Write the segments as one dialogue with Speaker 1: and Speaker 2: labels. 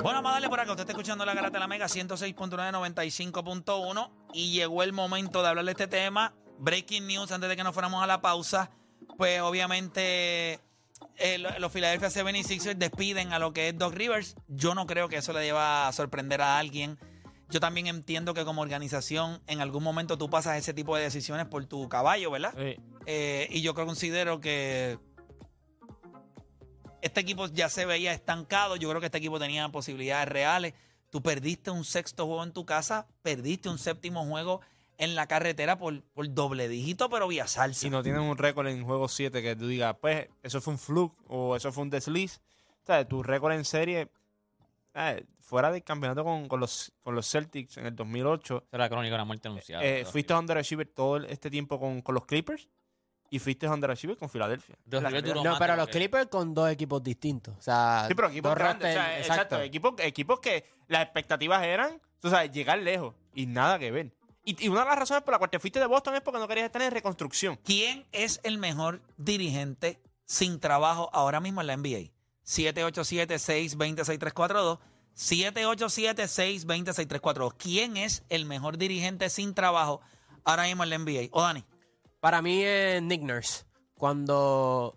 Speaker 1: Bueno, vamos a darle por acá. Usted está escuchando la Garata de la Mega 106.995.1 y llegó el momento de hablar de este tema. Breaking news antes de que nos fuéramos a la pausa. Pues obviamente eh, lo- los Philadelphia 76ers despiden a lo que es Doc Rivers. Yo no creo que eso le lleva a sorprender a alguien. Yo también entiendo que como organización en algún momento tú pasas ese tipo de decisiones por tu caballo, ¿verdad? Eh, y yo creo- considero que este equipo ya se veía estancado. Yo creo que este equipo tenía posibilidades reales. Tú perdiste un sexto juego en tu casa, perdiste un séptimo juego en la carretera por, por doble dígito, pero vía salsa.
Speaker 2: Si no tienen un récord en juego 7 que tú digas, pues, eso fue un fluke o eso fue un desliz. O sea, tu récord en serie, eh, fuera del campeonato con, con los, con los Celtics en el 2008,
Speaker 3: Esa es la crónica de la muerte anunciada.
Speaker 2: eh, fuiste underachiever todo el- este tiempo con, con los Clippers y fuiste underachiever con Filadelfia.
Speaker 3: Doc
Speaker 2: La
Speaker 3: Rivers
Speaker 2: realidad.
Speaker 3: duró
Speaker 4: No,
Speaker 3: más
Speaker 4: pero
Speaker 3: de lo
Speaker 4: los
Speaker 3: que-
Speaker 4: Clippers con dos equipos distintos. O sea,
Speaker 2: Sí, pero equipos
Speaker 4: Ah, dos
Speaker 2: grandes,
Speaker 4: roster-
Speaker 2: o sea, eh, exacto. Equipos, equipos que las expectativas eran, tú sabes, llegar lejos y nada que ver. Y, y una de las razones por las cuales te fuiste de Boston es porque no querías estar en reconstrucción.
Speaker 1: ¿Quién es el mejor dirigente sin trabajo ahora mismo en la NBA? 787-620-6342. 787-620-6342. ¿Quién es el mejor dirigente sin trabajo ahora mismo en la NBA? O Dani.
Speaker 4: Para mí es Nick Nurse. Cuando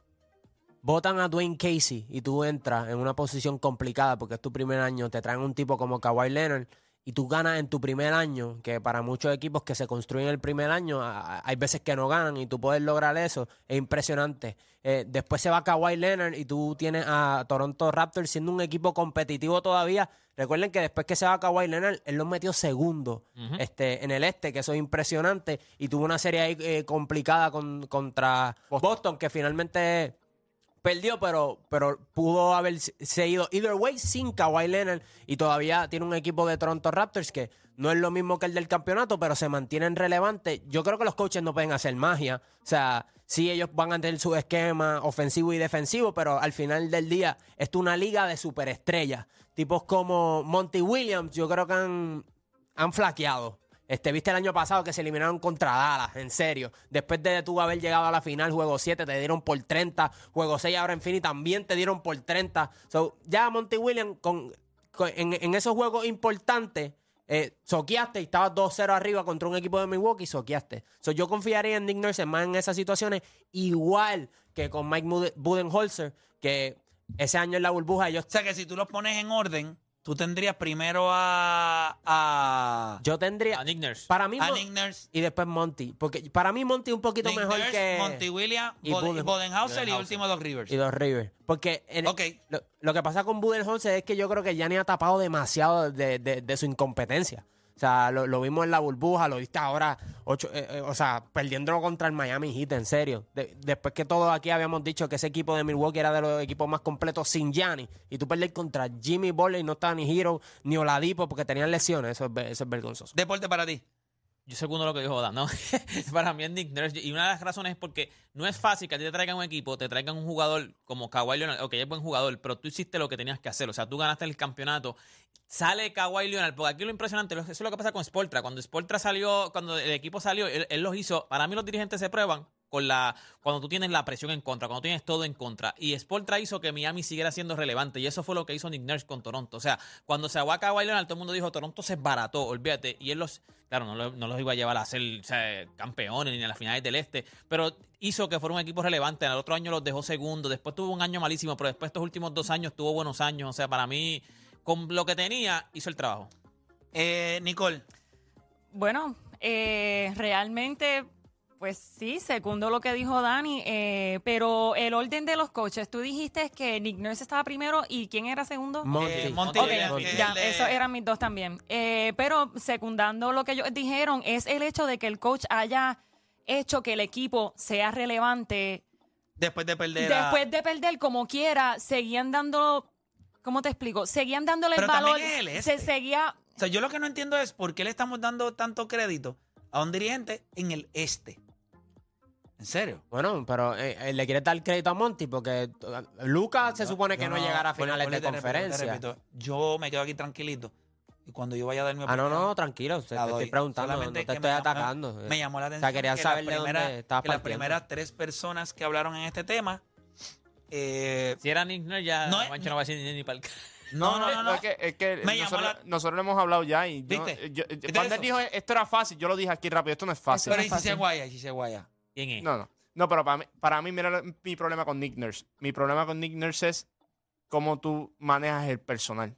Speaker 4: votan a Dwayne Casey y tú entras en una posición complicada porque es tu primer año, te traen un tipo como Kawhi Leonard y tú ganas en tu primer año, que para muchos equipos que se construyen el primer año, a- a- hay veces que no ganan y tú puedes lograr eso, es impresionante. Eh, después se va Kawhi Leonard y tú tienes a Toronto Raptors siendo un equipo competitivo todavía. Recuerden que después que se va Kawhi Leonard, él los metió segundo este, en el este, que eso es impresionante, y tuvo una serie ahí eh, complicada con- contra Boston. que finalmente perdió, pero, pero pudo haber se- seguido either way sin Kawhi Leonard y todavía tiene un equipo de Toronto Raptors que no es lo mismo que el del campeonato, pero se mantienen relevantes. Yo creo que los coaches no pueden hacer magia. O sea, sí, ellos van a tener su esquema ofensivo y defensivo, pero al final del día, esto es una liga de superestrellas. Tipos como Monty Williams, yo creo que han, han flaqueado. Este, viste el año pasado que se eliminaron contra Dallas, en serio. Después de tú haber llegado a la final, juego 7, te dieron por 30. Juego 6 ahora en fin y también te dieron por 30. So, ya Monty Williams, con, con- en, en esos juegos importantes, eh, soqueaste y estabas 2-0 arriba contra un equipo de Milwaukee y soqueaste. So, yo confiaría en Nick Nurse más en esas situaciones, igual que con Mike Mude- Budenholzer, que ese año en la burbuja ellos
Speaker 1: O sea que si tú los pones en orden, tú tendrías primero a. a.
Speaker 4: yo tendría
Speaker 3: A Nick Nurse.
Speaker 4: para mí
Speaker 1: a
Speaker 4: Mon-
Speaker 1: Nick Nurse,
Speaker 4: y después Monty, porque para mí Monty es un poquito
Speaker 1: Nick
Speaker 4: mejor
Speaker 1: Nurse,
Speaker 4: que
Speaker 1: Monty Williams,
Speaker 4: y
Speaker 1: Boden-
Speaker 4: Budenholzer.
Speaker 1: Bodenhauser y último Doc Rivers.
Speaker 4: y los Rivers, porque en-
Speaker 1: Ok.
Speaker 4: lo, lo que pasa con Budenholzer es que yo creo que Gianni ha tapado demasiado de, de- de su incompetencia. O sea, lo, lo vimos en la burbuja, lo viste ahora, ocho, eh, eh, o sea, perdiéndolo contra el Miami Heat, en serio. De- después que todos aquí habíamos dicho que ese equipo de Milwaukee era de los equipos más completos sin Gianni, y tú perdés contra Jimmy Butler y no estaba ni Hero ni Oladipo porque tenían lesiones, eso es, ve- eso es vergonzoso.
Speaker 1: Deporte para ti.
Speaker 3: Yo segundo lo que dijo Dan, ¿no? Para mí es Nick Nurse. Y una de las razones es porque no es fácil que a ti te traigan un equipo, te traigan un jugador como Kawhi Leonard. Ok, es buen jugador, pero tú hiciste lo que tenías que hacer. O sea, tú ganaste el campeonato. Sale Kawhi Leonard, porque aquí lo impresionante, lo- eso es lo que pasa con Sportra. Cuando Sportra salió, cuando el equipo salió, él, él los hizo. Para mí los dirigentes se prueban con la cuando tú tienes la presión en contra, cuando tienes todo en contra. Y Sportra hizo que Miami siguiera siendo relevante. Y eso fue lo que hizo Nick Nurse con Toronto. O sea, cuando se aguaca a Kawhi Leonard, todo el mundo dijo, Toronto se barató, olvídate. Y él los, claro, no, lo- no los iba a llevar a ser o sea, campeones ni a las finales del Este, pero hizo que fuera un equipo relevante. En el otro año los dejó segundo, después tuvo un año malísimo, pero después estos últimos dos años tuvo buenos años. O sea, para mí, con lo que tenía, hizo el trabajo.
Speaker 1: Eh, Nicole,
Speaker 5: Bueno, eh, realmente, pues sí, segundo lo que dijo Dani, eh, pero el orden de los coaches, tú dijiste que Nick Nurse estaba primero y quién era segundo.
Speaker 4: Monty.
Speaker 1: eh, Monty
Speaker 3: Monty
Speaker 5: Ok,
Speaker 1: Williams,
Speaker 4: Monty.
Speaker 1: que es
Speaker 5: ya,
Speaker 1: el de-
Speaker 5: esos eran mis dos también. Eh, pero secundando lo que ellos dijeron, es el hecho de que el coach haya hecho que el equipo sea relevante.
Speaker 1: después de perder. a-
Speaker 5: Después de perder como quiera, seguían dando, ¿cómo te explico? Seguían dándole
Speaker 1: Pero
Speaker 5: el valor.
Speaker 1: también es el
Speaker 5: Se
Speaker 1: este.
Speaker 5: seguía.
Speaker 1: sea, yo lo que no entiendo es por qué le estamos dando tanto crédito a un dirigente en el este. En serio.
Speaker 4: Bueno, pero eh, eh, le quieres dar crédito a Monty porque eh, Lucas se supone que
Speaker 1: Yo
Speaker 4: no, llegará a
Speaker 1: bueno,
Speaker 4: finales
Speaker 1: vuelvo y
Speaker 4: de
Speaker 1: te repito, te
Speaker 4: conferencia.
Speaker 1: repito, yo me quedo aquí tranquilito. Y cuando yo vaya a dar mi
Speaker 4: ah, no,
Speaker 1: opinión,
Speaker 4: no, tranquilo. se-
Speaker 1: la
Speaker 4: Te
Speaker 1: doy.
Speaker 4: estoy preguntando, no
Speaker 1: Solamente
Speaker 4: te
Speaker 1: que me
Speaker 4: estoy
Speaker 1: llamó-
Speaker 4: atacando.
Speaker 1: Me llamó la
Speaker 4: Pues, O sea,
Speaker 1: atención.
Speaker 4: quería
Speaker 1: que
Speaker 4: saber
Speaker 1: las
Speaker 4: de dónde
Speaker 1: primeras-
Speaker 4: estabas
Speaker 1: que las
Speaker 4: partiendo.
Speaker 1: primeras tres personas que hablaron en este tema. eh,
Speaker 3: Si era Nick Nurse, ya
Speaker 1: No,
Speaker 3: Juancho no, va a decir ni, ni para el
Speaker 1: no, no, no, no.
Speaker 2: Eh, Es que, es que
Speaker 1: Me llamó
Speaker 2: nosotros,
Speaker 1: la-
Speaker 2: nosotros lo hemos hablado ya y yo,
Speaker 1: ¿Viste?
Speaker 2: yo-
Speaker 1: ¿Viste
Speaker 2: Van Der
Speaker 1: eso?
Speaker 2: dijo "Eh, esto era fácil, yo lo dije aquí rápido, esto no es fácil.
Speaker 1: pero y si se guaya, y si se guaya.
Speaker 3: ¿Quién es?
Speaker 2: No, no. No, pero para mí, para mí, mira lo- mi problema con Nick Nurse. Mi problema con Nick Nurse es cómo tú manejas el personal.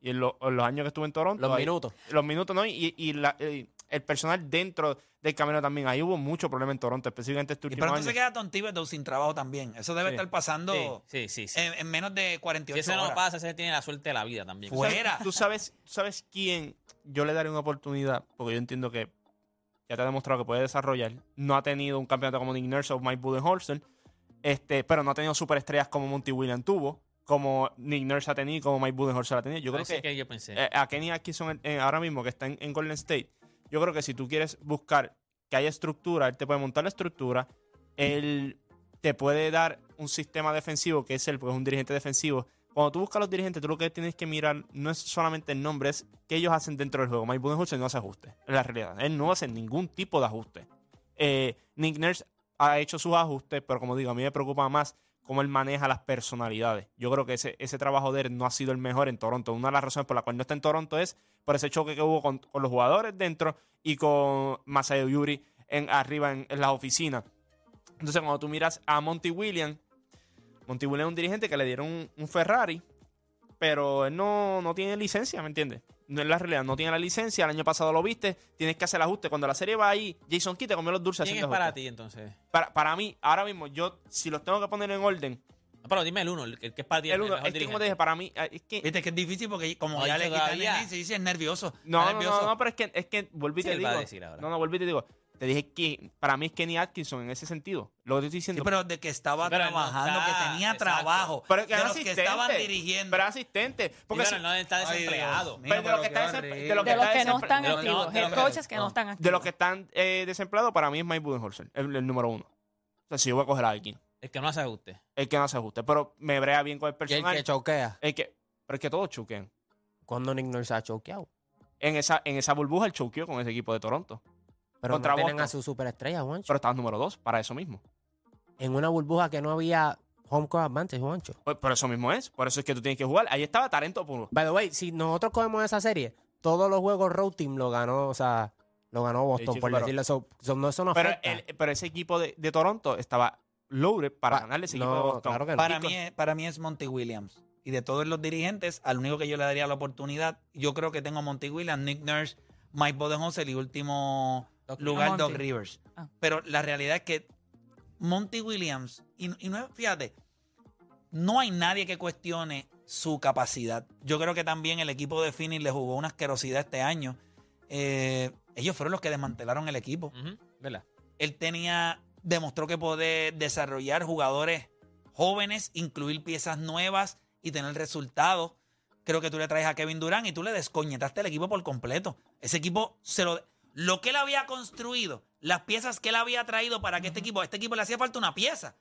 Speaker 2: Y en, lo- en los años que estuve en Toronto.
Speaker 4: Los
Speaker 2: ahí-
Speaker 4: minutos.
Speaker 2: Los minutos, ¿no? Y, y la- el, el personal dentro del camino también. Ahí hubo mucho problema en Toronto, específicamente este
Speaker 1: Y
Speaker 2: último
Speaker 1: pero
Speaker 2: año.
Speaker 1: entonces queda Tom Thibodeau sin trabajo también. Eso debe
Speaker 2: Sí.
Speaker 1: estar pasando
Speaker 3: Sí, sí, sí. sí.
Speaker 1: En, en menos de
Speaker 3: si
Speaker 1: 48
Speaker 3: ese no
Speaker 1: horas.
Speaker 3: pasa, ese tiene la suerte de la vida también.
Speaker 1: Fue- fuera.
Speaker 2: ¿Tú sabes, tú sabes quién yo le daré una oportunidad? Porque yo entiendo que ya te ha demostrado que puede desarrollar. No ha tenido un campeonato como Nick Nurse o Mike Budenholzer. Este, pero no ha tenido superestrellas como Monty Williams tuvo, como Nick Nurse ha tenido y como Mike Budenholzer ha tenido. Yo creo
Speaker 3: Así
Speaker 2: que,
Speaker 3: que yo pensé.
Speaker 2: eh, a Kenny Atkinson en- en- ahora mismo que está en, en Golden State, yo creo que si tú quieres buscar que haya estructura, él te puede montar la estructura, él te puede dar un sistema defensivo que es él, porque es un dirigente defensivo. Cuando tú buscas a los dirigentes, tú lo que tienes que mirar no es solamente el nombre, es qué ellos hacen dentro del juego. Mike Budenholzer no hace ajustes, es la realidad. Él no hace ningún tipo de ajuste. Eh, Nick Nurse ha hecho sus ajustes, pero como digo, a mí me preocupa más cómo él maneja las personalidades. Yo creo que ese, ese trabajo de él no ha sido el mejor en Toronto. Una de las razones por las cuales no está en Toronto es por ese choque que hubo con, con los jugadores dentro y con Masayo Yuri en, arriba en, en las oficinas. Entonces, cuando tú miras a Monty Williams, Monty Williams es un dirigente que le dieron un, un Ferrari, pero él no, no tiene licencia, ¿me entiendes? No es la realidad, no tiene la licencia. El año pasado lo viste, tienes que hacer el ajuste. Cuando la serie va ahí, Jason Kidd te comió los dulces.
Speaker 3: ¿Quién es
Speaker 2: haciendo
Speaker 3: para
Speaker 2: ajustes.
Speaker 3: ti entonces?
Speaker 2: Para, para mí, ahora mismo, yo, si los tengo que poner en orden,
Speaker 3: No, pero dime el uno, el, el que es para ti.
Speaker 2: el uno,
Speaker 3: mejor
Speaker 2: es que como
Speaker 3: dirigente.
Speaker 2: te dije, para mí, eh, es que.
Speaker 1: Viste que es difícil porque como
Speaker 3: No,
Speaker 1: ya
Speaker 3: dicho
Speaker 1: le quitan el
Speaker 3: todavía.
Speaker 1: inicio, dice es nervioso.
Speaker 2: No,
Speaker 1: está
Speaker 2: no,
Speaker 1: nervioso.
Speaker 2: no, no, pero es que, es que volví y
Speaker 3: Sí,
Speaker 2: te
Speaker 3: él va
Speaker 2: digo.
Speaker 3: a decir ahora.
Speaker 2: No, no, volví y te digo. Te dije que para mí es Kenny Atkinson en ese sentido. Lo que te
Speaker 1: Sí,
Speaker 2: estoy diciendo.
Speaker 1: pero de que estaba
Speaker 3: Sí, pero él no
Speaker 1: trabajando, que
Speaker 3: está,
Speaker 1: tenía
Speaker 3: exacto.
Speaker 1: trabajo.
Speaker 2: Pero es que
Speaker 1: de
Speaker 2: era
Speaker 1: los que
Speaker 2: asistente.
Speaker 1: estaban dirigiendo.
Speaker 2: Pero era asistente. Porque
Speaker 3: Sí, pero
Speaker 2: si-
Speaker 3: no está
Speaker 1: Ay,
Speaker 3: desempleado.
Speaker 1: Dios mío,
Speaker 2: Pero de los que
Speaker 1: qué
Speaker 2: están desempre-
Speaker 1: horrible.
Speaker 2: de los
Speaker 5: De los que no
Speaker 2: desempre-
Speaker 5: están
Speaker 3: de los que no-
Speaker 5: activos,
Speaker 3: de los
Speaker 5: head
Speaker 3: que-
Speaker 5: coaches que no están
Speaker 2: de los que
Speaker 5: activos.
Speaker 2: están eh, desempleados, para mí es Mike Budenholzer, el, el número uno. O sea, si yo voy a coger a alguien,
Speaker 3: El que no hace ajuste.
Speaker 2: el que no se ajuste, pero me brea bien con el
Speaker 4: Y el
Speaker 2: personal.
Speaker 4: que choquea.
Speaker 2: el que- pero es que todos chuquen.
Speaker 4: Cuando Nick Nurse ha choqueado.
Speaker 2: En esa, en esa burbuja, el choqueó con ese equipo de Toronto.
Speaker 4: Pero
Speaker 2: Contra
Speaker 4: no tienen
Speaker 2: Boston.
Speaker 4: a su superestrella, Juancho.
Speaker 2: Pero estabas número dos para eso mismo.
Speaker 4: En una burbuja que no había home court advantage, Juancho.
Speaker 2: Pues, por eso mismo es. Por eso es que tú tienes que jugar. Ahí estaba talento puro.
Speaker 4: By the way, si nosotros cogemos esa serie, todos los juegos road team lo ganó, o sea, lo ganó Boston,
Speaker 2: chico,
Speaker 4: por
Speaker 2: pero-
Speaker 4: decirlo. So, so, no, eso no
Speaker 2: Pero,
Speaker 4: afecta.
Speaker 2: el- pero ese equipo de, de Toronto estaba loaded para
Speaker 1: Ah,
Speaker 4: Pa-
Speaker 2: ganar ese
Speaker 4: no,
Speaker 2: equipo de Boston.
Speaker 4: claro que no.
Speaker 1: Para
Speaker 2: Y con-
Speaker 1: mí, es- para mí es Monty Williams. Y de todos los dirigentes, al único que yo le daría la oportunidad, yo creo que tengo a Monty Williams, Nick Nurse, Mike Bodenholzer y último
Speaker 4: Doc-
Speaker 1: lugar
Speaker 5: Ah,
Speaker 1: Doc
Speaker 5: Monty.
Speaker 1: Rivers.
Speaker 5: Ah.
Speaker 1: Pero la realidad es que Monty Williams, y, y no, es- fíjate, no hay nadie que cuestione su capacidad. Yo creo que también el equipo de Phoenix le jugó una asquerosidad este año. Eh, ellos fueron los que desmantelaron el equipo
Speaker 3: Ujú, ¿Verdad?
Speaker 1: él tenía, demostró que puede desarrollar jugadores jóvenes, incluir piezas nuevas y tener resultados. Creo que tú le traes a Kevin Durant y tú le descoñetaste el equipo por completo. Ese equipo se lo. Lo que él había construido, las piezas que él había traído para que este equipo, a este equipo le hacía falta una pieza.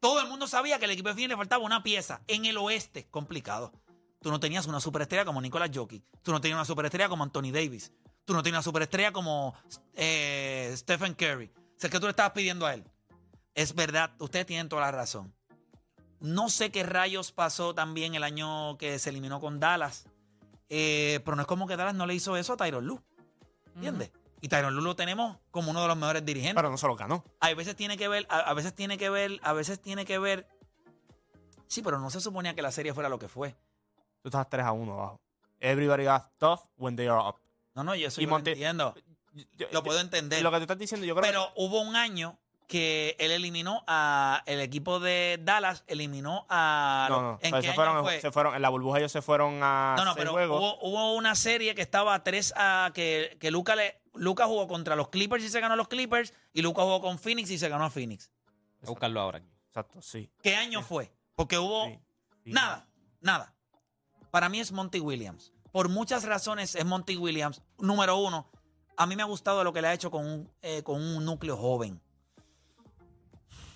Speaker 1: Todo el mundo sabía que al equipo de Phoenix le faltaba una pieza. En el oeste, complicado. Tú no tenías una superestrella como Nicolas Jokic. Tú no tenías una superestrella como Anthony Davis. Tú no tenías una superestrella como eh, Stephen Curry. O sea, ¿qué tú le estabas pidiendo a él? Es verdad, ustedes tienen toda la razón. No sé qué rayos pasó también el año que se eliminó con Dallas. eh, pero no es como que Dallas no le hizo eso a Tyron Lue. ¿Entiendes? Y Tyron Lue lo tenemos como uno de los mejores dirigentes
Speaker 2: pero no se lo ganó.
Speaker 1: a veces tiene que ver, a, a veces tiene que ver, a veces tiene que ver. Sí, pero no se suponía que la serie fuera lo que fue.
Speaker 2: Tú estás 3 a 1 abajo. Everybody got tough when they are up.
Speaker 1: No, no, yo eso
Speaker 2: Y
Speaker 1: yo lo
Speaker 2: Monte-
Speaker 1: entiendo.
Speaker 2: Yo-
Speaker 1: Lo puedo
Speaker 2: yo-
Speaker 1: entender.
Speaker 2: lo que tú estás diciendo, yo creo
Speaker 1: pero hubo un año que él eliminó a el equipo de Dallas, eliminó a.
Speaker 2: que. No, no.
Speaker 1: ¿en
Speaker 2: pero
Speaker 1: qué
Speaker 2: se
Speaker 1: año
Speaker 2: fueron,
Speaker 1: fue?
Speaker 2: se fueron. En la burbuja ellos se fueron a.
Speaker 1: No, no,
Speaker 2: seis
Speaker 1: pero
Speaker 2: juegos.
Speaker 1: hubo, hubo una serie que estaba 3 a que, que Luca le. Luca jugó contra los Clippers y se ganó a los Clippers. Y Luca jugó con Phoenix y se ganó a Phoenix.
Speaker 3: Voy a buscarlo ahora. aquí.
Speaker 2: Exacto, sí.
Speaker 1: ¿Qué año fue? Porque hubo.
Speaker 2: sí, sí.
Speaker 1: Nada, nada. Para mí es Monty Williams. por muchas razones es Monty Williams. Número uno, a mí me ha gustado lo que le ha hecho con un, eh, con un núcleo joven.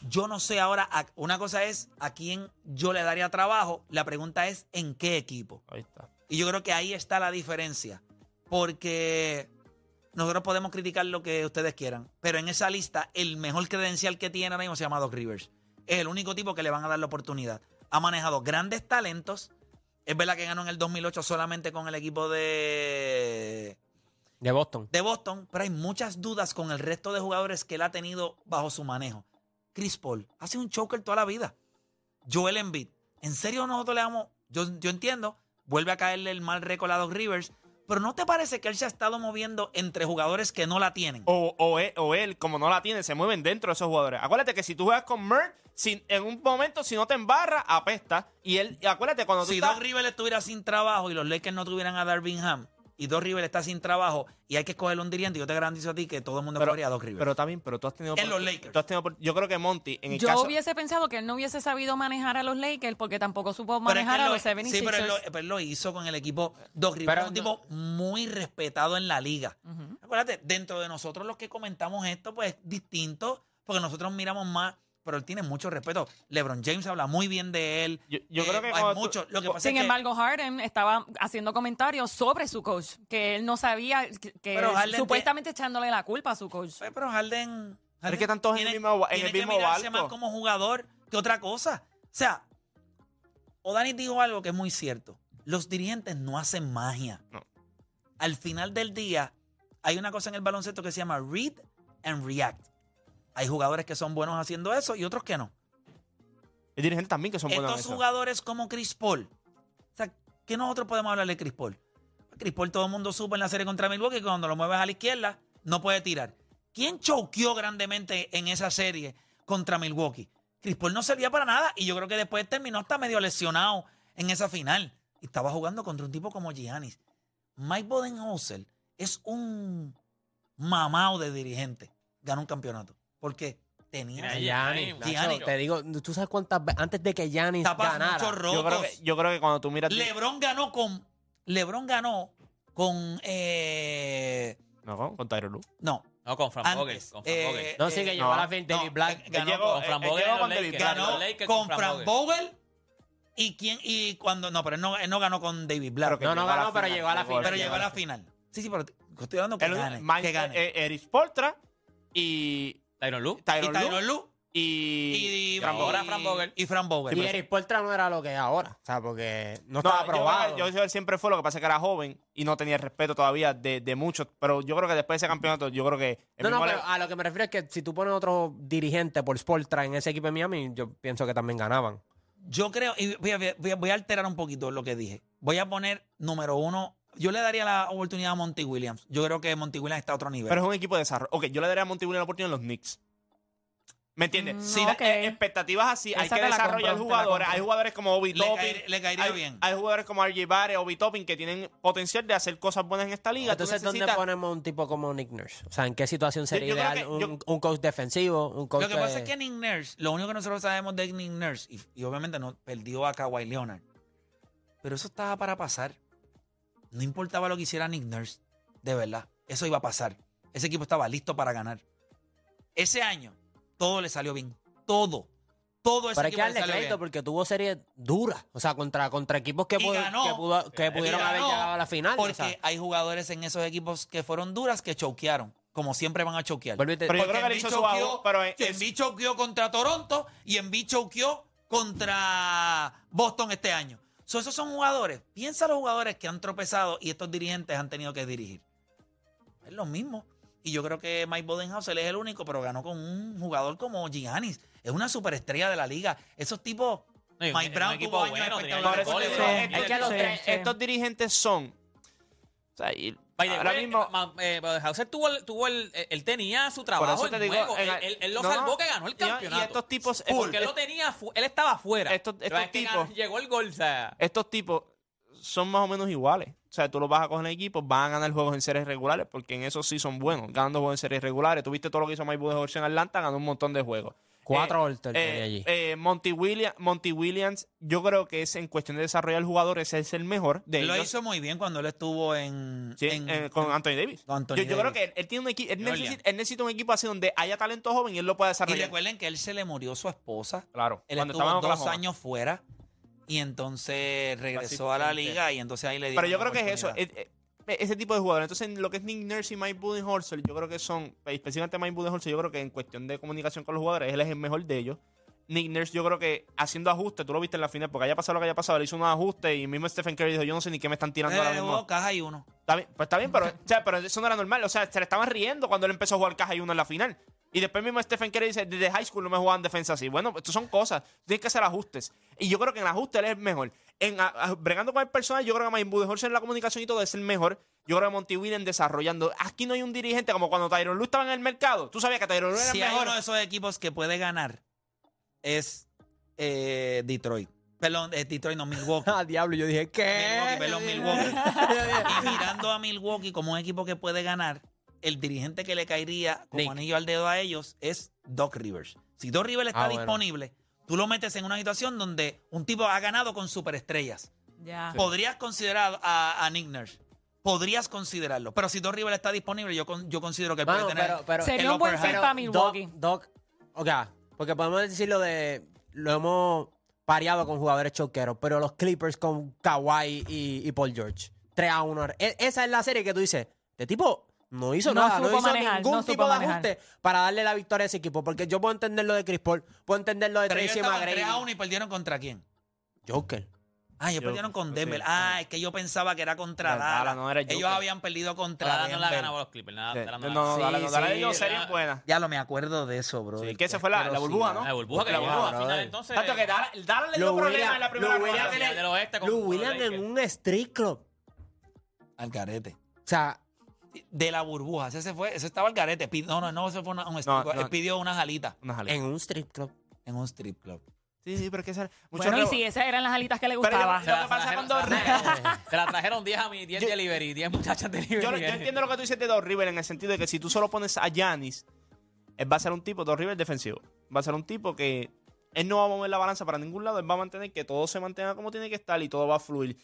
Speaker 1: Yo no sé ahora, a- una cosa es a quién yo le daría trabajo, la pregunta es en qué equipo.
Speaker 2: Ahí está.
Speaker 1: Y yo creo que ahí está la diferencia. Porque nosotros podemos criticar lo que ustedes quieran. Pero en esa lista, el mejor credencial que tiene ahora mismo se llama Doc Rivers. Es el único tipo que le van a dar la oportunidad. Ha manejado grandes talentos. Es verdad que ganó en el 2008 solamente con el equipo de,
Speaker 4: De Boston.
Speaker 1: de Boston, pero hay muchas dudas con el resto de jugadores que él ha tenido bajo su manejo. Chris Paul hace un choker toda la vida. Joel Embiid, ¿en serio nosotros le damos? Yo, yo entiendo, vuelve a caerle el mal récord a Doc Rivers, pero ¿no te parece que él se ha estado moviendo entre jugadores que no la tienen?
Speaker 2: O, o él, o él, como no la tiene, se mueven dentro de esos jugadores. Acuérdate que si tú juegas con Mert, si, en un momento, si no te embarra, apesta. Y él, y acuérdate, cuando tú
Speaker 1: si
Speaker 2: estás-
Speaker 1: Doc Rivers estuviera sin trabajo y los Lakers no tuvieran a Darvin Ham y Doc Rivers está sin trabajo y hay que escoger un dirigente, yo te garantizo a ti que todo el mundo escogería a Doc Rivers.
Speaker 2: Pero también, pero tú has tenido.
Speaker 1: En los Lakers.
Speaker 2: tú has tenido opor- yo creo que Monty, en el
Speaker 5: Yo
Speaker 2: caso.
Speaker 5: hubiese pensado que él no hubiese sabido manejar a los Lakers porque tampoco supo
Speaker 1: Pero es que
Speaker 5: manejar
Speaker 1: él
Speaker 5: a
Speaker 1: lo-
Speaker 5: los 76ers.
Speaker 1: Sí, pero él, lo, pero él lo hizo con el equipo Doc Rivers,
Speaker 4: Pero
Speaker 1: un
Speaker 4: no-
Speaker 1: tipo muy respetado en la liga.
Speaker 5: Ujú.
Speaker 1: Acuérdate, dentro de nosotros los que comentamos esto, pues es distinto, porque nosotros miramos más, pero él tiene mucho respeto. LeBron James habla muy bien de él.
Speaker 2: Yo, yo
Speaker 1: Eh,
Speaker 2: creo que.
Speaker 1: hay
Speaker 2: cuando tú-
Speaker 1: mucho. Lo que pasa es
Speaker 5: Sin
Speaker 1: que-
Speaker 5: embargo, Harden estaba haciendo comentarios sobre su coach, que él no sabía, que, que
Speaker 1: Pero Harden
Speaker 5: supuestamente echándole la culpa a su coach.
Speaker 1: Pues, pero Harden. Harden
Speaker 2: que tanto es en el mismo ba- en
Speaker 1: tiene
Speaker 2: el
Speaker 1: que
Speaker 2: mismo
Speaker 1: mirarse
Speaker 2: barco.
Speaker 1: más como jugador que otra cosa. O sea, O'Dani dijo algo que es muy cierto. Los dirigentes no hacen magia.
Speaker 2: No.
Speaker 1: Al final del día, hay una cosa en el baloncesto que se llama read and react. Hay jugadores que son buenos haciendo eso y otros que no.
Speaker 2: Hay dirigentes también que son buenos. en
Speaker 1: Estos
Speaker 2: eso.
Speaker 1: jugadores como Chris Paul. O sea, ¿qué nosotros podemos hablar de Chris Paul? Chris Paul todo el mundo supo en la serie contra Milwaukee que cuando lo mueves a la izquierda no puede tirar. ¿Quién choqueó grandemente en esa serie contra Milwaukee? Chris Paul no servía para nada y yo creo que después terminó hasta medio lesionado en esa final. Y estaba jugando contra un tipo como Giannis. Mike Bodenhauser es un mamao de dirigente. Ganó un campeonato porque tenía...
Speaker 3: Mira,
Speaker 4: Ay,
Speaker 3: Giannis,
Speaker 4: Giannis,
Speaker 3: Giannis.
Speaker 4: Nacho,
Speaker 1: Giannis.
Speaker 4: te digo, tú sabes cuántas veces antes de que Giannis
Speaker 1: tapas
Speaker 4: ganara.
Speaker 1: muchos rotos.
Speaker 2: Yo creo, que, yo creo que cuando tú miras.
Speaker 1: LeBron ganó con. LeBron ganó con. eh,
Speaker 2: No, con, con Tyronn Lue.
Speaker 1: no.
Speaker 3: No, con Frank Vogel.
Speaker 1: antes,
Speaker 3: Con Frank
Speaker 1: eh,
Speaker 3: Vogel.
Speaker 4: no, sí, que
Speaker 1: eh,
Speaker 4: llegó a la
Speaker 2: no,
Speaker 4: final David
Speaker 1: no,
Speaker 4: Black.
Speaker 1: ganó
Speaker 2: Él llegó-
Speaker 3: con Fran
Speaker 2: él
Speaker 3: Vogel
Speaker 2: llegó
Speaker 3: en los
Speaker 2: con
Speaker 3: Lakers.
Speaker 2: David
Speaker 3: Ganó
Speaker 1: ganó
Speaker 3: los Lakers
Speaker 1: con
Speaker 3: Frank
Speaker 1: Frank
Speaker 3: Vogel.
Speaker 1: Vogel. Y quién. Y cuando. No, pero él no, él no ganó con David Black.
Speaker 2: Pero
Speaker 1: Pero,
Speaker 2: que
Speaker 4: No, no
Speaker 2: llegó a la
Speaker 4: ganó, pero
Speaker 2: final,
Speaker 4: llegó a la
Speaker 2: llegó a la
Speaker 4: final.
Speaker 1: llegó a la final. Sí, sí, pero te- estoy hablando que
Speaker 2: El-
Speaker 1: gane.
Speaker 2: Mike-
Speaker 1: que gane.
Speaker 2: eh, Eric Spoltra y
Speaker 3: Tyron Lue.
Speaker 1: y
Speaker 2: Tyron Lue.
Speaker 1: Tyron Lue.
Speaker 2: Y.
Speaker 1: eh, Y,
Speaker 3: Frank Vogel. Ahora
Speaker 1: y-
Speaker 3: Frank Vogel.
Speaker 1: Y Frank Vogel. Pues,
Speaker 4: Y Eric Poltra no era lo que es ahora. O sea, porque no,
Speaker 2: No,
Speaker 4: estaba
Speaker 2: yo creo
Speaker 4: aprobado.
Speaker 2: que- Yo, creo que él siempre fue lo que pasa es que era joven y no tenía el respeto todavía de, de muchos. Pero yo creo que después de ese campeonato, yo creo que. el
Speaker 4: no, no,
Speaker 2: mismo
Speaker 4: pero
Speaker 2: Le-
Speaker 4: a lo que me refiero es que si tú pones otro dirigente por Sportra en ese equipo de Miami, yo pienso que también ganaban.
Speaker 1: Yo creo, y voy a, voy a- voy a alterar un poquito lo que dije. Voy a poner número uno. Yo le daría la oportunidad a Monty Williams. Yo creo que Monty Williams está a otro nivel.
Speaker 2: pero es un equipo de desarrollo. Ok, yo le daría a Monty Williams la oportunidad en los Knicks. ¿Me entiendes?
Speaker 5: Mm,
Speaker 2: si la-
Speaker 5: ok.
Speaker 2: eh, expectativas así, hay
Speaker 5: Esa
Speaker 2: que
Speaker 5: te la
Speaker 2: desarrollar
Speaker 5: compro, te la
Speaker 2: jugadores.
Speaker 5: compro.
Speaker 2: Hay jugadores como Obi
Speaker 1: Le
Speaker 2: Toppin.
Speaker 1: caer- le caería
Speaker 2: hay,
Speaker 1: bien.
Speaker 2: Hay jugadores como RJ Barrett, Obi Toppin, que tienen potencial de hacer cosas buenas en esta liga. Tú
Speaker 4: Entonces, ¿dónde
Speaker 2: necesitas-
Speaker 4: ponemos un tipo como Nick Nurse? O sea, ¿en qué situación sería
Speaker 2: yo creo
Speaker 4: ideal
Speaker 2: que
Speaker 4: un,
Speaker 2: yo-
Speaker 4: un coach defensivo? Un coach
Speaker 1: Lo que pasa
Speaker 4: de-
Speaker 1: es que Nick Nurse, lo único que nosotros sabemos de Nick Nurse, y, y obviamente no perdió a Kawhi Leonard, pero eso estaba para pasar. No importaba lo que hiciera Nick Nurse, de verdad, eso iba a pasar. Ese equipo estaba listo para ganar. Ese año, todo le salió bien. Todo. Todo ese
Speaker 4: Pero hay que
Speaker 1: equipo le
Speaker 4: darle
Speaker 1: salió
Speaker 4: crédito
Speaker 1: bien.
Speaker 4: porque tuvo series duras. O sea, contra, contra equipos que,
Speaker 1: Y
Speaker 4: pu-
Speaker 1: ganó.
Speaker 4: que, pudo- que pudieron
Speaker 1: Y
Speaker 4: haber
Speaker 1: ganó
Speaker 4: llegado a la final.
Speaker 1: Porque
Speaker 4: o sea,
Speaker 1: hay jugadores en esos equipos que fueron duras que choquearon, como siempre van a choquear.
Speaker 4: vuelvo y te-
Speaker 2: Pero yo creo que
Speaker 1: Porque
Speaker 2: le hizo
Speaker 1: Embiid
Speaker 2: su
Speaker 1: choqueó-
Speaker 2: favor. Pero es- es-
Speaker 1: Embiid choqueó contra Toronto y Embiid choqueó contra Boston este año. So, esos son jugadores. Piensa los jugadores que han tropezado y estos dirigentes han tenido que dirigir. Es lo mismo. Y yo creo que Mike Bodenhauser es el único, pero ganó con un jugador como Giannis. Es una superestrella de la liga. Esos tipos...
Speaker 3: No, y un-
Speaker 1: Mike
Speaker 3: un
Speaker 1: Brown
Speaker 3: equipo
Speaker 1: tuvo años
Speaker 3: bueno, tenía
Speaker 2: Por
Speaker 1: espectaculares.
Speaker 2: eso te
Speaker 3: goles,
Speaker 2: digo,
Speaker 3: bro.
Speaker 2: estos,
Speaker 5: Es que los tres, sí.
Speaker 2: estos dirigentes son. o sea, y
Speaker 3: By the
Speaker 2: ahora
Speaker 3: way,
Speaker 2: mismo.
Speaker 3: eh, ma- eh, Hauser tuvo, el- tuvo el, él tenía su trabajo
Speaker 2: eso te
Speaker 3: en
Speaker 2: digo,
Speaker 3: juego.
Speaker 2: en-
Speaker 3: él, él- él lo
Speaker 2: no,
Speaker 3: salvó que ganó el
Speaker 2: y- y
Speaker 3: campeonato.
Speaker 2: estos tipos-
Speaker 3: porque él lo
Speaker 2: estos-
Speaker 3: tenía, fu- él estaba afuera.
Speaker 2: Estos-
Speaker 3: Pero
Speaker 2: estos
Speaker 3: es que
Speaker 2: tipos-
Speaker 3: ganó- llegó el gol, o sea,
Speaker 2: estos tipos son más o menos iguales. O sea, tú los vas a coger en equipo, van a ganar juegos en series regulares, porque en eso sí son buenos, ganando juegos en series regulares. Tuviste todo lo que hizo Mike Budenholzer en Atlanta, ganó un montón de juegos.
Speaker 4: Cuatro Holter
Speaker 2: eh,
Speaker 4: tenía allí.
Speaker 2: eh, Monty, William- Monty Williams, yo creo que es en cuestión de desarrollar jugadores, es el mejor de
Speaker 1: Él lo
Speaker 2: ellos.
Speaker 1: hizo muy bien cuando él estuvo en.
Speaker 2: Sí,
Speaker 1: en-
Speaker 2: eh, con
Speaker 1: en-
Speaker 2: Anthony Davis.
Speaker 1: con Anthony
Speaker 2: yo, yo creo
Speaker 1: Davis.
Speaker 2: que él, él tiene un equipo, él,
Speaker 1: Georgia.
Speaker 2: necesita, él necesita un equipo así donde haya talento joven y él lo pueda
Speaker 1: Y
Speaker 2: desarrollar.
Speaker 1: recuerden que él se le murió su esposa.
Speaker 2: claro,
Speaker 1: Él
Speaker 2: cuando
Speaker 1: estuvo
Speaker 2: estaba en
Speaker 1: dos
Speaker 2: Oklahoma.
Speaker 1: años fuera y entonces regresó a la
Speaker 2: Básicamente.
Speaker 1: liga y entonces ahí le dieron
Speaker 2: Pero yo
Speaker 1: la
Speaker 2: creo que es eso,
Speaker 1: oportunidad.
Speaker 2: es- es- ese tipo de jugadores. Entonces, en lo que es Nick Nurse y Mike Budenholzer, yo creo que son, pues, específicamente Mike Budenholzer, yo creo que en cuestión de comunicación con los jugadores, él es el mejor de ellos. Nick Nurse, yo creo que haciendo ajustes, tú lo viste en la final, porque haya pasado lo que haya pasado, le hizo unos ajustes y mismo Stephen Curry dijo, yo no sé ni qué me están tirando ahora
Speaker 1: Eh,
Speaker 2: mismo.
Speaker 1: hubo caja y uno.
Speaker 2: Está bien, pues está bien, pero, o sea, pero eso no era normal. O sea, se le estaban riendo cuando él empezó a jugar caja y uno en la final. Y después mismo Stephen Curry dice, desde high school no me jugaban defensa así. Bueno, pues, esto son cosas. Tienes que hacer ajustes. Y yo creo que en el ajuste él es el mejor. En, a- a- bregando con el personal, yo creo que Mike Budenholzer en la comunicación y todo es el mejor. Yo creo que Monty Williams desarrollando. Aquí no hay un dirigente como cuando Tyron Lue estaba en el mercado. Tú sabías que Tyron Lue era
Speaker 1: Si
Speaker 2: el
Speaker 1: hay
Speaker 2: mejor.
Speaker 1: uno de esos equipos que puede ganar es eh, Detroit. Perdón, es Detroit, no Milwaukee.
Speaker 4: Ah, diablo, yo dije, ¿qué?
Speaker 1: Milwaukee, perdón, Milwaukee. y mirando a Milwaukee como un equipo que puede ganar, el dirigente que le caería como
Speaker 4: Nick.
Speaker 1: anillo al dedo a ellos es Doc Rivers. Si Doc Rivers está
Speaker 4: Ah, bueno.
Speaker 1: disponible, tú lo metes en una situación donde un tipo ha ganado con superestrellas.
Speaker 5: Ya.
Speaker 1: Podrías considerar a, a Nick Nurse. Podrías considerarlo. Pero si Doc Rivers está disponible, yo, con- yo considero que él
Speaker 4: Mano,
Speaker 1: puede tener.
Speaker 4: pero, pero-
Speaker 5: Sería
Speaker 1: el
Speaker 5: un buen
Speaker 1: upper
Speaker 5: fit
Speaker 1: hand.
Speaker 5: para
Speaker 4: Doc,
Speaker 5: Milwaukee.
Speaker 4: Doc, ok, ah, porque podemos decir lo de, lo hemos pareado con jugadores choqueros, pero los Clippers con Kawhi y, y Paul George, 3 a 1. E- esa es la serie que tú dices, este tipo no hizo
Speaker 5: No
Speaker 4: nada, no
Speaker 5: supo
Speaker 4: hizo
Speaker 5: manejar,
Speaker 4: ningún
Speaker 5: no supo
Speaker 4: tipo de
Speaker 5: manejar.
Speaker 4: ajuste para darle la victoria a ese equipo, porque yo puedo entender lo de Chris Paul, puedo entender lo de
Speaker 1: Pero ellos
Speaker 4: Tracy
Speaker 1: estaban 3 a 1
Speaker 4: McGrady,
Speaker 1: y perdieron contra quién.
Speaker 4: Joker.
Speaker 1: Ah, ellos
Speaker 2: Yo-
Speaker 1: perdieron con
Speaker 2: sí,
Speaker 1: Denver.
Speaker 2: sí.
Speaker 1: ah, es que yo pensaba que era contra
Speaker 2: Pero Dallas
Speaker 1: Dallas.
Speaker 2: no era el
Speaker 1: ellos
Speaker 2: Joker.
Speaker 1: habían perdido contra
Speaker 3: Dallas no la
Speaker 1: Denver.
Speaker 3: ganaba a los Clippers. nada,
Speaker 2: Sí.
Speaker 3: Dallas
Speaker 2: No,
Speaker 3: la
Speaker 2: no,
Speaker 3: ganaba.
Speaker 2: dale, no,
Speaker 4: sí,
Speaker 2: dale, no,
Speaker 4: sí,
Speaker 2: serie
Speaker 3: la-
Speaker 2: buena.
Speaker 1: Ya lo me acuerdo de eso, bro.
Speaker 2: Sí, que esa fue la- la burbuja, ¿no?
Speaker 3: La burbuja que
Speaker 2: La
Speaker 3: llegó a la
Speaker 4: burbuja,
Speaker 3: final
Speaker 4: brother.
Speaker 3: entonces.
Speaker 2: Tanto que Dallas Dallas le dio
Speaker 4: Lou
Speaker 2: problemas en
Speaker 4: Williams-
Speaker 2: la primera
Speaker 4: Lou
Speaker 2: ronda.
Speaker 4: Williams
Speaker 3: del oeste con
Speaker 4: Lou
Speaker 3: los
Speaker 4: Williams en
Speaker 3: Lakers.
Speaker 4: un street club, o
Speaker 1: Al garete.
Speaker 4: sea,
Speaker 1: De la burbuja. Ese se fue, ese estaba al garete. Pi- No, no, no, ese fue una- un strip club.
Speaker 2: no.
Speaker 1: Él pidió unas alitas
Speaker 2: Una jalea.
Speaker 4: en un street club.
Speaker 1: en un strip club.
Speaker 2: Sí, sí, pero es que esa- mucho
Speaker 5: Bueno, y
Speaker 2: rebo-
Speaker 5: si esas eran las alitas que le
Speaker 2: Pero yo-
Speaker 5: gustaban.
Speaker 2: lo que pasa con Doc Rivers-
Speaker 3: Te la trajeron 10 a mí, 10
Speaker 2: Yo-
Speaker 3: delivery, 10 muchachas delivery.
Speaker 2: yo, yo entiendo lo que tú dices de Dos River en el sentido de que si tú solo pones a Yanis, él va a ser un tipo, Dos River defensivo. Va a ser un tipo que él no va a mover la balanza para ningún lado, él va a mantener que todo se mantenga como tiene que estar y todo va a fluir.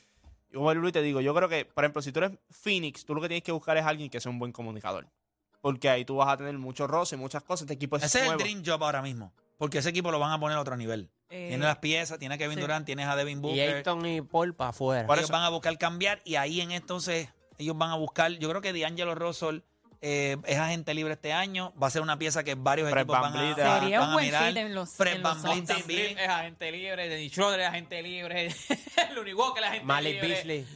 Speaker 2: Yo vuelvo y Luis te digo, yo creo que, por ejemplo, si tú eres Phoenix, tú lo que tienes que buscar es alguien que sea un buen comunicador. Porque ahí tú vas a tener muchos roces, muchas cosas. Este equipo es
Speaker 1: Ese es el
Speaker 2: nuevo.
Speaker 1: dream job ahora mismo. Porque ese equipo lo van a poner a otro nivel.
Speaker 5: Eh,
Speaker 1: Tiene las piezas, tiene a Kevin
Speaker 5: sí.
Speaker 1: Durant, tienes a Devin
Speaker 4: Y
Speaker 1: Booker.
Speaker 4: Ayton y Paul para afuera.
Speaker 2: Por
Speaker 1: ellos
Speaker 2: eso.
Speaker 1: van a buscar cambiar y ahí en entonces ellos van a buscar. Yo creo que D'Angelo Russell eh, es agente libre este año. Va a ser una pieza que varios
Speaker 2: Fred
Speaker 1: equipos van
Speaker 2: VanVleet,
Speaker 1: a,
Speaker 5: Sería
Speaker 1: van
Speaker 5: un
Speaker 1: a
Speaker 5: buen
Speaker 1: mirar.
Speaker 5: fit en los-
Speaker 1: Fred
Speaker 5: en los
Speaker 1: VanVleet
Speaker 5: Suns.
Speaker 1: también.
Speaker 3: Es agente libre, Dennis Schroeder es agente libre, el Uniwalker es agente
Speaker 4: Malik
Speaker 3: libre.
Speaker 4: Beasley.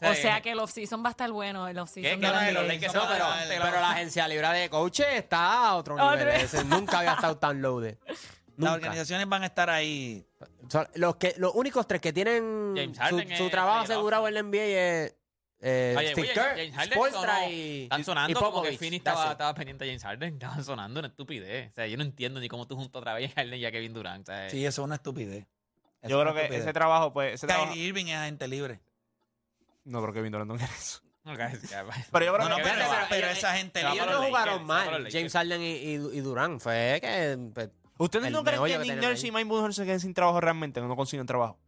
Speaker 5: Eh, O sea que el off-season va a estar bueno. El off-season
Speaker 3: ¿Qué?
Speaker 5: de la
Speaker 3: No,
Speaker 5: NBA.
Speaker 3: los Lakers
Speaker 4: No,
Speaker 3: son-
Speaker 4: pero,
Speaker 3: adelante,
Speaker 4: pero
Speaker 3: la-
Speaker 4: la agencia libre de coaches está a otro
Speaker 5: Otro
Speaker 4: nivel.
Speaker 5: nivel.
Speaker 4: Ese nunca había estado tan loaded.
Speaker 1: Las
Speaker 4: Nunca.
Speaker 1: organizaciones van a estar ahí.
Speaker 4: Son los, que, los únicos tres que tienen
Speaker 3: James
Speaker 4: su,
Speaker 3: Harden
Speaker 4: su
Speaker 3: es
Speaker 4: trabajo
Speaker 3: peligroso.
Speaker 4: asegurado en la NBA es eh,
Speaker 3: Oye,
Speaker 4: Steve
Speaker 3: oye,
Speaker 4: Kerr,
Speaker 3: James Harden
Speaker 4: Spoelstra
Speaker 3: sonó-
Speaker 4: y,
Speaker 3: Están
Speaker 4: y
Speaker 3: sonando como que
Speaker 4: Popovich.
Speaker 3: Phoenix
Speaker 4: That's
Speaker 3: estaba,
Speaker 4: it.
Speaker 3: estaba pendiente de James Harden. Estaban sonando una estupidez. O sea, yo no entiendo ni cómo tú juntas otra vez a Harden y a Kevin Durant. o sea,
Speaker 1: Sí, eso es una estupidez. Eso es
Speaker 2: Yo creo
Speaker 1: una
Speaker 2: que
Speaker 1: estupidez.
Speaker 2: ese trabajo, pues. Ese trabajo-
Speaker 1: Kyrie Irving es agente libre.
Speaker 2: No creo que Vindor no quiere eso.
Speaker 3: no, pero
Speaker 2: Pero yo creo
Speaker 1: No, no,
Speaker 2: que.
Speaker 1: pero,
Speaker 4: espérate,
Speaker 1: pero,
Speaker 4: pero ellos-
Speaker 1: esa gente
Speaker 3: ellos
Speaker 4: Ellos
Speaker 3: Para
Speaker 1: libre.
Speaker 3: los
Speaker 4: no jugaron
Speaker 3: Lakers, para los
Speaker 4: mal.
Speaker 3: Lakers.
Speaker 4: James Harden y, y, y Durant. Fue que. pues,
Speaker 2: ¿Ustedes
Speaker 4: El
Speaker 2: no creen que
Speaker 4: meollo que
Speaker 2: Nick
Speaker 4: tienen
Speaker 2: Nurse
Speaker 4: ahí.
Speaker 2: y Mike Budenholzer se queden sin trabajo realmente? Que no consiguen trabajo.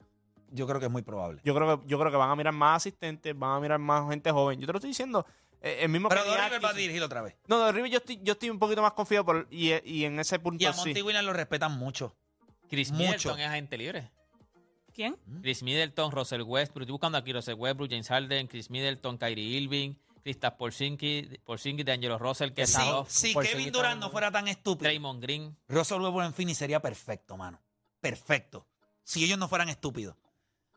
Speaker 1: Yo creo que es muy probable.
Speaker 2: Yo creo que, yo creo que van a mirar más asistentes, van a mirar más gente joven. Yo te lo estoy diciendo. eh, el mismo
Speaker 1: Pero
Speaker 2: Kenny
Speaker 1: Doc Rivers va a
Speaker 2: Atkinson-
Speaker 1: dirigir otra vez.
Speaker 2: No, Don River yo estoy, yo estoy un poquito más confiado por, y, y en ese punto
Speaker 1: Y a
Speaker 2: sí.
Speaker 1: Monty Williams lo respetan mucho.
Speaker 3: Chris
Speaker 1: Mucho.
Speaker 3: Middleton es agente libre.
Speaker 5: ¿Quién?
Speaker 3: Chris Middleton, Russell Westbrook. Estoy buscando aquí Russell Westbrook, James Harden, Chris Middleton, Kyrie Irving, Kristaps Porzingis, Porzingis, D'Angelo Russell, que
Speaker 1: Si,
Speaker 3: está off,
Speaker 1: si
Speaker 4: por
Speaker 1: Kevin
Speaker 4: seguir
Speaker 1: Durant
Speaker 4: trabajando.
Speaker 1: no fuera tan estúpido,
Speaker 3: Draymond Green.
Speaker 1: Russell Westbrook en Phoenix sería perfecto, mano. Perfecto. Si ellos no fueran estúpidos.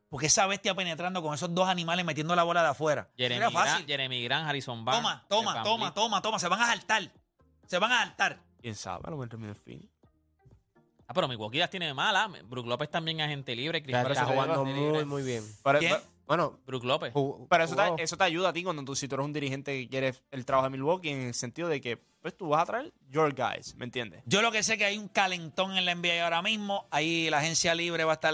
Speaker 1: Porque esa bestia penetrando con esos dos animales metiendo la bola de afuera.
Speaker 3: Jeremy,
Speaker 1: Era
Speaker 3: Grant,
Speaker 1: fácil.
Speaker 3: Jeremy Grant, Harrison Barnes.
Speaker 1: Toma, toma,
Speaker 3: Van
Speaker 1: toma,
Speaker 3: Vliet.
Speaker 1: toma, toma. Se van a saltar. Se van a saltar.
Speaker 2: ¿Quién sabe? A lo mejor termina el fin.
Speaker 3: Ah, pero Milwaukee las tiene mala. Brook López también es agente libre. Chris
Speaker 4: ya
Speaker 2: por eso
Speaker 4: Está
Speaker 2: te digo,
Speaker 3: Middleton,
Speaker 4: jugando
Speaker 3: agente libre.
Speaker 4: muy, muy bien.
Speaker 2: Pero,
Speaker 1: ¿Quién?
Speaker 2: pero-
Speaker 4: Bueno,
Speaker 3: Brook López.
Speaker 4: ju-
Speaker 2: pero eso,
Speaker 4: jugó.
Speaker 2: te, eso te ayuda a ti cuando tú, si tú eres un dirigente que quieres el trabajo de Milwaukee en el sentido de que pues tú vas a traer your guys, ¿me entiendes?
Speaker 1: Yo lo que sé que hay un calentón en la NBA ahora mismo. Ahí la agencia libre va a estar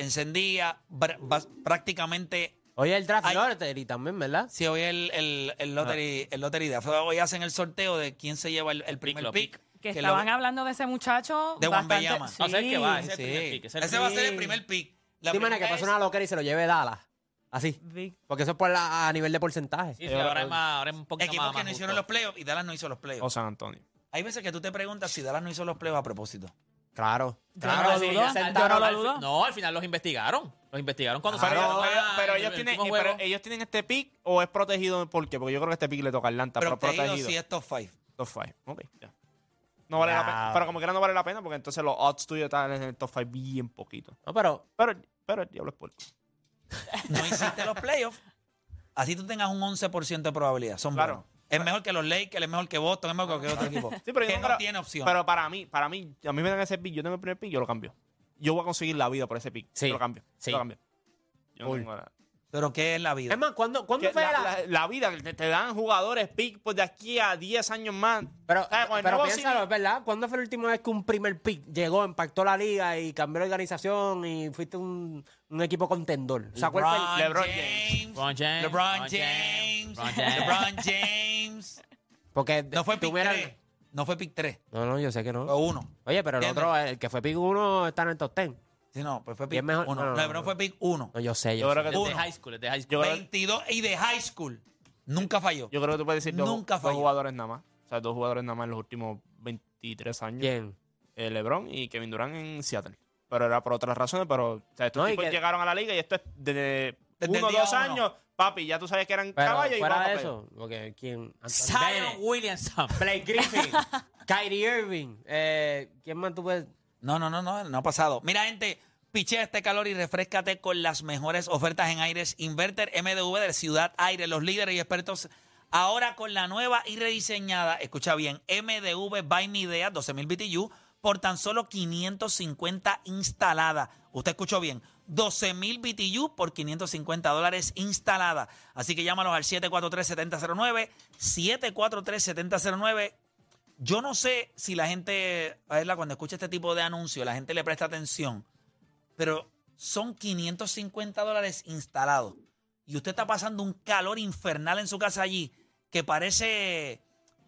Speaker 1: encendida. Br- va- prácticamente,
Speaker 4: Oye, el draft
Speaker 1: Ay.
Speaker 4: lottery también, ¿verdad?
Speaker 1: si hoy el, el, el lottery, el lottery de afuera, hoy hacen el sorteo de quién se lleva el, el primer
Speaker 3: lo
Speaker 1: pick.
Speaker 3: Ah. pick.
Speaker 5: que,
Speaker 1: que lo-
Speaker 5: estaban hablando de ese muchacho.
Speaker 1: De
Speaker 5: bastante-
Speaker 1: Wembanyama.
Speaker 5: Sí.
Speaker 3: No, ese es el que va, ese es
Speaker 4: Sí.
Speaker 3: el primer pick. ese es el
Speaker 1: Ese va a ser
Speaker 3: primer
Speaker 1: el primer pick. La
Speaker 4: Dime que
Speaker 1: pregunta
Speaker 4: pasó
Speaker 1: es-
Speaker 4: una loquera y se lo lleve Dallas. Así.
Speaker 5: Vic-
Speaker 4: Porque eso es por la, a nivel de porcentaje.
Speaker 3: pick. Sí, sí, ahora, es más, ahora es un poquito
Speaker 1: Equipos
Speaker 3: más.
Speaker 1: que
Speaker 3: más
Speaker 1: no hicieron los
Speaker 3: justo.
Speaker 1: playoffs y Dallas no hizo los playoffs.
Speaker 2: O San Antonio.
Speaker 1: Hay veces que tú te preguntas si Dallas no hizo los playoffs a propósito.
Speaker 4: Claro.
Speaker 5: no
Speaker 4: Claro,
Speaker 5: lo
Speaker 4: sí,
Speaker 5: dudo,
Speaker 4: ya
Speaker 5: yo
Speaker 4: sentaron
Speaker 5: no lo
Speaker 4: al-
Speaker 5: dudo.
Speaker 3: No, al final los investigaron. Los investigaron cuando
Speaker 2: Pero,
Speaker 3: salieron.
Speaker 2: pero-
Speaker 3: ah,
Speaker 2: pero
Speaker 3: en
Speaker 2: ellos
Speaker 3: el
Speaker 2: tienen,
Speaker 3: último
Speaker 2: y-
Speaker 3: juego.
Speaker 2: pero ellos tienen este pick o es protegido por qué? Porque yo creo que este pick le toca a Atlanta, pero,
Speaker 1: Protegido,
Speaker 2: protegido.
Speaker 1: si es top five.
Speaker 2: Top 5. Ok, ya. No vale la
Speaker 4: Ya.
Speaker 2: pena. Pero como quiera no vale la pena porque entonces los odds tuyos están en el top 5 bien poquito.
Speaker 4: No, pero
Speaker 2: Pero, pero el diablo es puerco.
Speaker 1: No hiciste los playoffs. Así tú tengas un 11% de probabilidad. Son
Speaker 2: Claro.
Speaker 1: buenos. Es mejor que los Lakers, es mejor que Boston, es mejor que cualquier otro equipo.
Speaker 2: Sí, pero yo
Speaker 1: que
Speaker 2: no
Speaker 1: no
Speaker 2: creo-
Speaker 1: tiene opción.
Speaker 2: Pero para mí, para mí, a mí me dan ese pick, yo tengo el primer pick, yo lo cambio. Yo voy a conseguir la vida por ese pick.
Speaker 4: Sí,
Speaker 2: Yo lo cambio.
Speaker 4: sí.
Speaker 2: Yo lo cambio. Yo no
Speaker 4: Cool.
Speaker 2: tengo la-
Speaker 1: Pero ¿qué es la vida?
Speaker 4: es más, ¿cuándo, ¿cuándo
Speaker 2: Que
Speaker 4: fue la,
Speaker 2: la, la- la vida, que te, te dan jugadores pick pues, de aquí a 10 años más.
Speaker 4: Pero,
Speaker 2: O sea, con el
Speaker 4: pero
Speaker 2: nuevo
Speaker 4: piénsalo,
Speaker 2: CD
Speaker 4: es verdad. ¿Cuándo fue la última vez que un primer pick llegó, impactó la liga y cambió la organización y fuiste un, un equipo contendor? O sea, ¿cuál fue el-
Speaker 2: LeBron
Speaker 3: LeBron
Speaker 1: LeBron
Speaker 3: James, LeBron
Speaker 1: James.
Speaker 3: James,
Speaker 1: LeBron
Speaker 3: LeBron
Speaker 1: James.
Speaker 3: James.
Speaker 4: Porque
Speaker 1: No fue pick
Speaker 4: tuvieran-
Speaker 1: 3. No fue pick 3.
Speaker 4: No, no, yo sé que
Speaker 1: Fue
Speaker 2: Oh.
Speaker 4: no.
Speaker 1: 1.
Speaker 4: Oye, pero el
Speaker 1: ¿Entiendes?
Speaker 4: otro, el que fue pick 1 está en el top 10.
Speaker 1: Sí, no, pues fue
Speaker 4: Y
Speaker 1: pick
Speaker 4: es mejor-
Speaker 1: 1.
Speaker 4: no, no, no,
Speaker 1: LeBron
Speaker 4: no.
Speaker 1: fue pick 1.
Speaker 4: No, yo sé, yo,
Speaker 2: Yo
Speaker 4: sé.
Speaker 2: creo que
Speaker 3: Es
Speaker 2: tú-
Speaker 3: de
Speaker 1: Uno.
Speaker 3: high school, es de high
Speaker 2: Yo
Speaker 3: school.
Speaker 2: creo-
Speaker 1: 22 y de high school. Nunca falló.
Speaker 2: yo creo que tú puedes decir dos,
Speaker 1: Nunca
Speaker 2: dos
Speaker 1: falló.
Speaker 2: jugadores nada más. O sea, dos jugadores nada más en los últimos 23 años.
Speaker 4: ¿Quién?
Speaker 2: eh, LeBron y Kevin Durant en Seattle. Pero era por otras razones, pero o sea, estos
Speaker 4: No, y
Speaker 2: tipos
Speaker 4: que-
Speaker 2: llegaron a la liga y esto es desde
Speaker 1: Desde el
Speaker 2: uno o
Speaker 1: día
Speaker 2: dos
Speaker 1: uno.
Speaker 2: años. Papi, ya tú sabes que eran
Speaker 4: Pero
Speaker 2: caballos y
Speaker 4: fuera
Speaker 2: vamos
Speaker 4: de
Speaker 2: a playoff.
Speaker 4: eso, porque ¿quién? Anthony
Speaker 3: Zion
Speaker 4: Bennett,
Speaker 3: Williamson.
Speaker 4: Blake Griffin, Kyrie Irving. Eh, ¿Quién más tú puedes...?
Speaker 1: No, no, no, no, no ha pasado. Mira, gente, pichea este calor y refrescate con las mejores ofertas en aires Inverter MDV de Ciudad Aire, los líderes y expertos. Ahora con la nueva y rediseñada, escucha bien, MDV by Midea 12000 BTU por tan solo 550 instalada. Usted escuchó bien, 12000 BTU por 550 dólares instalada. Así que llámalos al 743-7009, 743-7009. Yo no sé si la gente, a verla, cuando escucha este tipo de anuncios, la gente le presta atención, pero son 550 dólares instalados. Y usted está pasando un calor infernal en su casa allí, que parece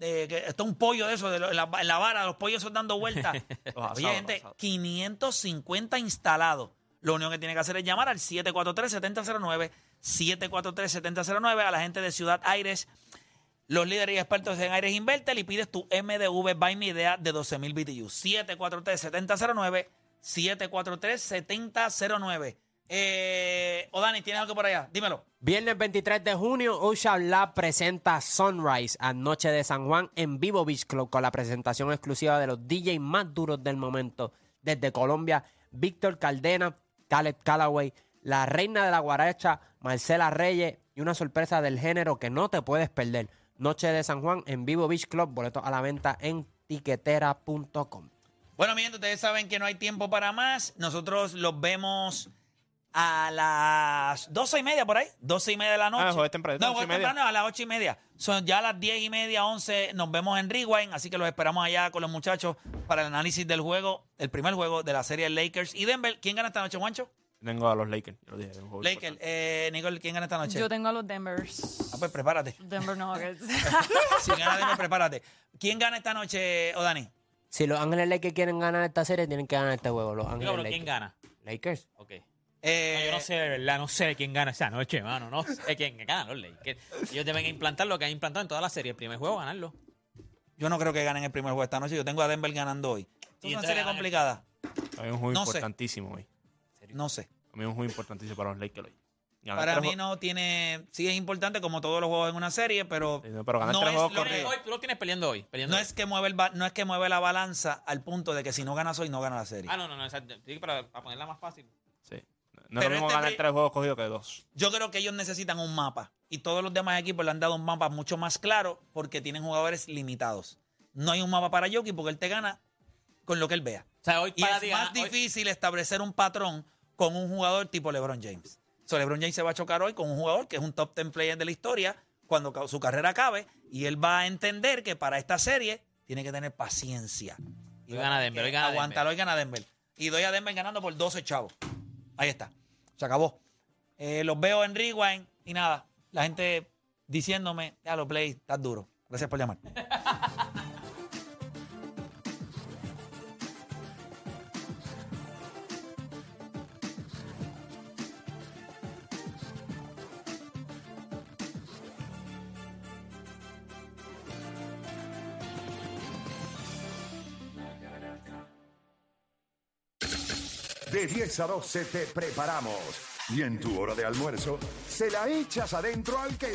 Speaker 1: eh, que está un pollo de eso, de lo- en, la, en la vara, los pollos esos dando vueltas.
Speaker 2: asados,
Speaker 1: Oye, gente,
Speaker 2: asados.
Speaker 1: 550 instalados. Lo único que tiene que hacer es llamar al 743-7009, 743-7009 a la gente de Ciudad Aires los líderes y expertos en Aires Invertel y pides tu MDV by Mi Idea de 12.000 BTU. 743-7009, 743-7009. Eh, o Dani, ¿tienes algo por allá? Dímelo.
Speaker 4: Viernes 23 de junio, Ocean Lab presenta Sunrise a Noche de San Juan en Vivo Beach Club con la presentación exclusiva de los DJs más duros del momento. Desde Colombia, Víctor Caldena, Caleb Callaway, la reina de la guaracha, Marcela Reyes y una sorpresa del género que no te puedes perder. Noche de San Juan en Vivo Beach Club, boletos a la venta en tiquetera.com.
Speaker 1: Bueno, mi gente, ustedes saben que no hay tiempo para más. Nosotros los vemos a las doce y media por ahí. Doce y media de la noche.
Speaker 2: Ah, jueves temprano,
Speaker 1: No,
Speaker 2: once y
Speaker 1: jueves
Speaker 2: media.
Speaker 1: temprano a las ocho y media. Son ya a las diez y media, once. Nos vemos en Rewind. Así que los esperamos allá con los muchachos para el análisis del juego, el primer juego de la serie Lakers y Denver. ¿Quién gana esta noche, Juancho?
Speaker 2: Tengo a los Lakers. Yo lo dije, era un juego
Speaker 1: Lakers.
Speaker 2: importante.
Speaker 1: Eh, Nicole, ¿quién gana esta noche?
Speaker 5: Yo tengo a los Denvers.
Speaker 1: Ah, pues prepárate.
Speaker 5: Denver Nuggets.
Speaker 1: Si gana Denver, prepárate. ¿Quién gana esta noche, Odani?
Speaker 4: Si los Ángeles Lakers quieren ganar esta serie, tienen que ganar este juego. Los
Speaker 3: Digo,
Speaker 4: Ángeles
Speaker 3: pero ¿quién
Speaker 4: Lakers.
Speaker 3: gana?
Speaker 4: Lakers.
Speaker 3: Ok.
Speaker 1: Eh,
Speaker 3: No, yo no sé, de verdad, no sé quién gana esa noche, mano. No sé quién gana los Lakers. Ellos deben implantar lo que han implantado en toda la serie. El primer juego, ganarlo.
Speaker 1: yo no creo que ganen el primer juego esta noche. Yo tengo a Denver ganando hoy.
Speaker 3: Y
Speaker 1: Es una
Speaker 3: entonces
Speaker 1: serie
Speaker 3: ganan el-
Speaker 1: complicada.
Speaker 2: Hay un juego
Speaker 1: no sé.
Speaker 2: importantísimo hoy.
Speaker 1: No sé.
Speaker 2: A mí es un juego importantísimo para los Lakers hoy. Ganar
Speaker 1: Para
Speaker 2: tres
Speaker 1: mí
Speaker 2: jue-
Speaker 1: no tiene. Sí, es importante como todos los juegos en una serie, pero.
Speaker 2: Sí, no, pero ganar
Speaker 1: no
Speaker 2: tres
Speaker 1: es
Speaker 2: juegos
Speaker 1: lo
Speaker 3: Pues, Lo
Speaker 1: que-
Speaker 2: corridos.
Speaker 3: hoy, tú lo tienes peleando hoy. Peleando
Speaker 1: No
Speaker 3: hoy.
Speaker 1: es, que mueve el ba- no es que mueve la balanza al punto de que si no ganas hoy, no gana la serie.
Speaker 3: Ah, no, no, no. exacto. Sí, para, para ponerla más fácil.
Speaker 2: Sí. No es
Speaker 1: Pero
Speaker 2: lo mismo
Speaker 1: este
Speaker 2: ganar
Speaker 1: Blake-
Speaker 2: tres juegos cogidos que dos.
Speaker 1: Yo creo que ellos necesitan un mapa. Y todos los demás equipos le han dado un mapa mucho más claro porque tienen jugadores limitados. No hay un mapa para Jokic porque él te gana con lo que él vea.
Speaker 3: O sea, hoy
Speaker 1: Y
Speaker 3: para
Speaker 1: es
Speaker 3: ti
Speaker 1: más
Speaker 3: gana- hoy-
Speaker 1: difícil establecer un patrón con un jugador tipo LeBron James. So, LeBron James se va a chocar hoy con un jugador que es un top 10 player de la historia cuando ca- su carrera acabe y él va a entender que para esta serie tiene que tener paciencia. Y
Speaker 3: Hoy
Speaker 1: va a
Speaker 3: gana
Speaker 1: tener
Speaker 3: Denver,
Speaker 1: que
Speaker 3: hoy gana
Speaker 1: Aguantar, hoy gana Denver. Y doy a Denver ganando por 12 chavos. Ahí está. Se acabó. Eh, los veo en Rewind y nada. La gente diciéndome, ya lo play, estás duro. Gracias por llamar.
Speaker 6: De 10 a 12 te preparamos. Y en tu hora de almuerzo, se la echas adentro al que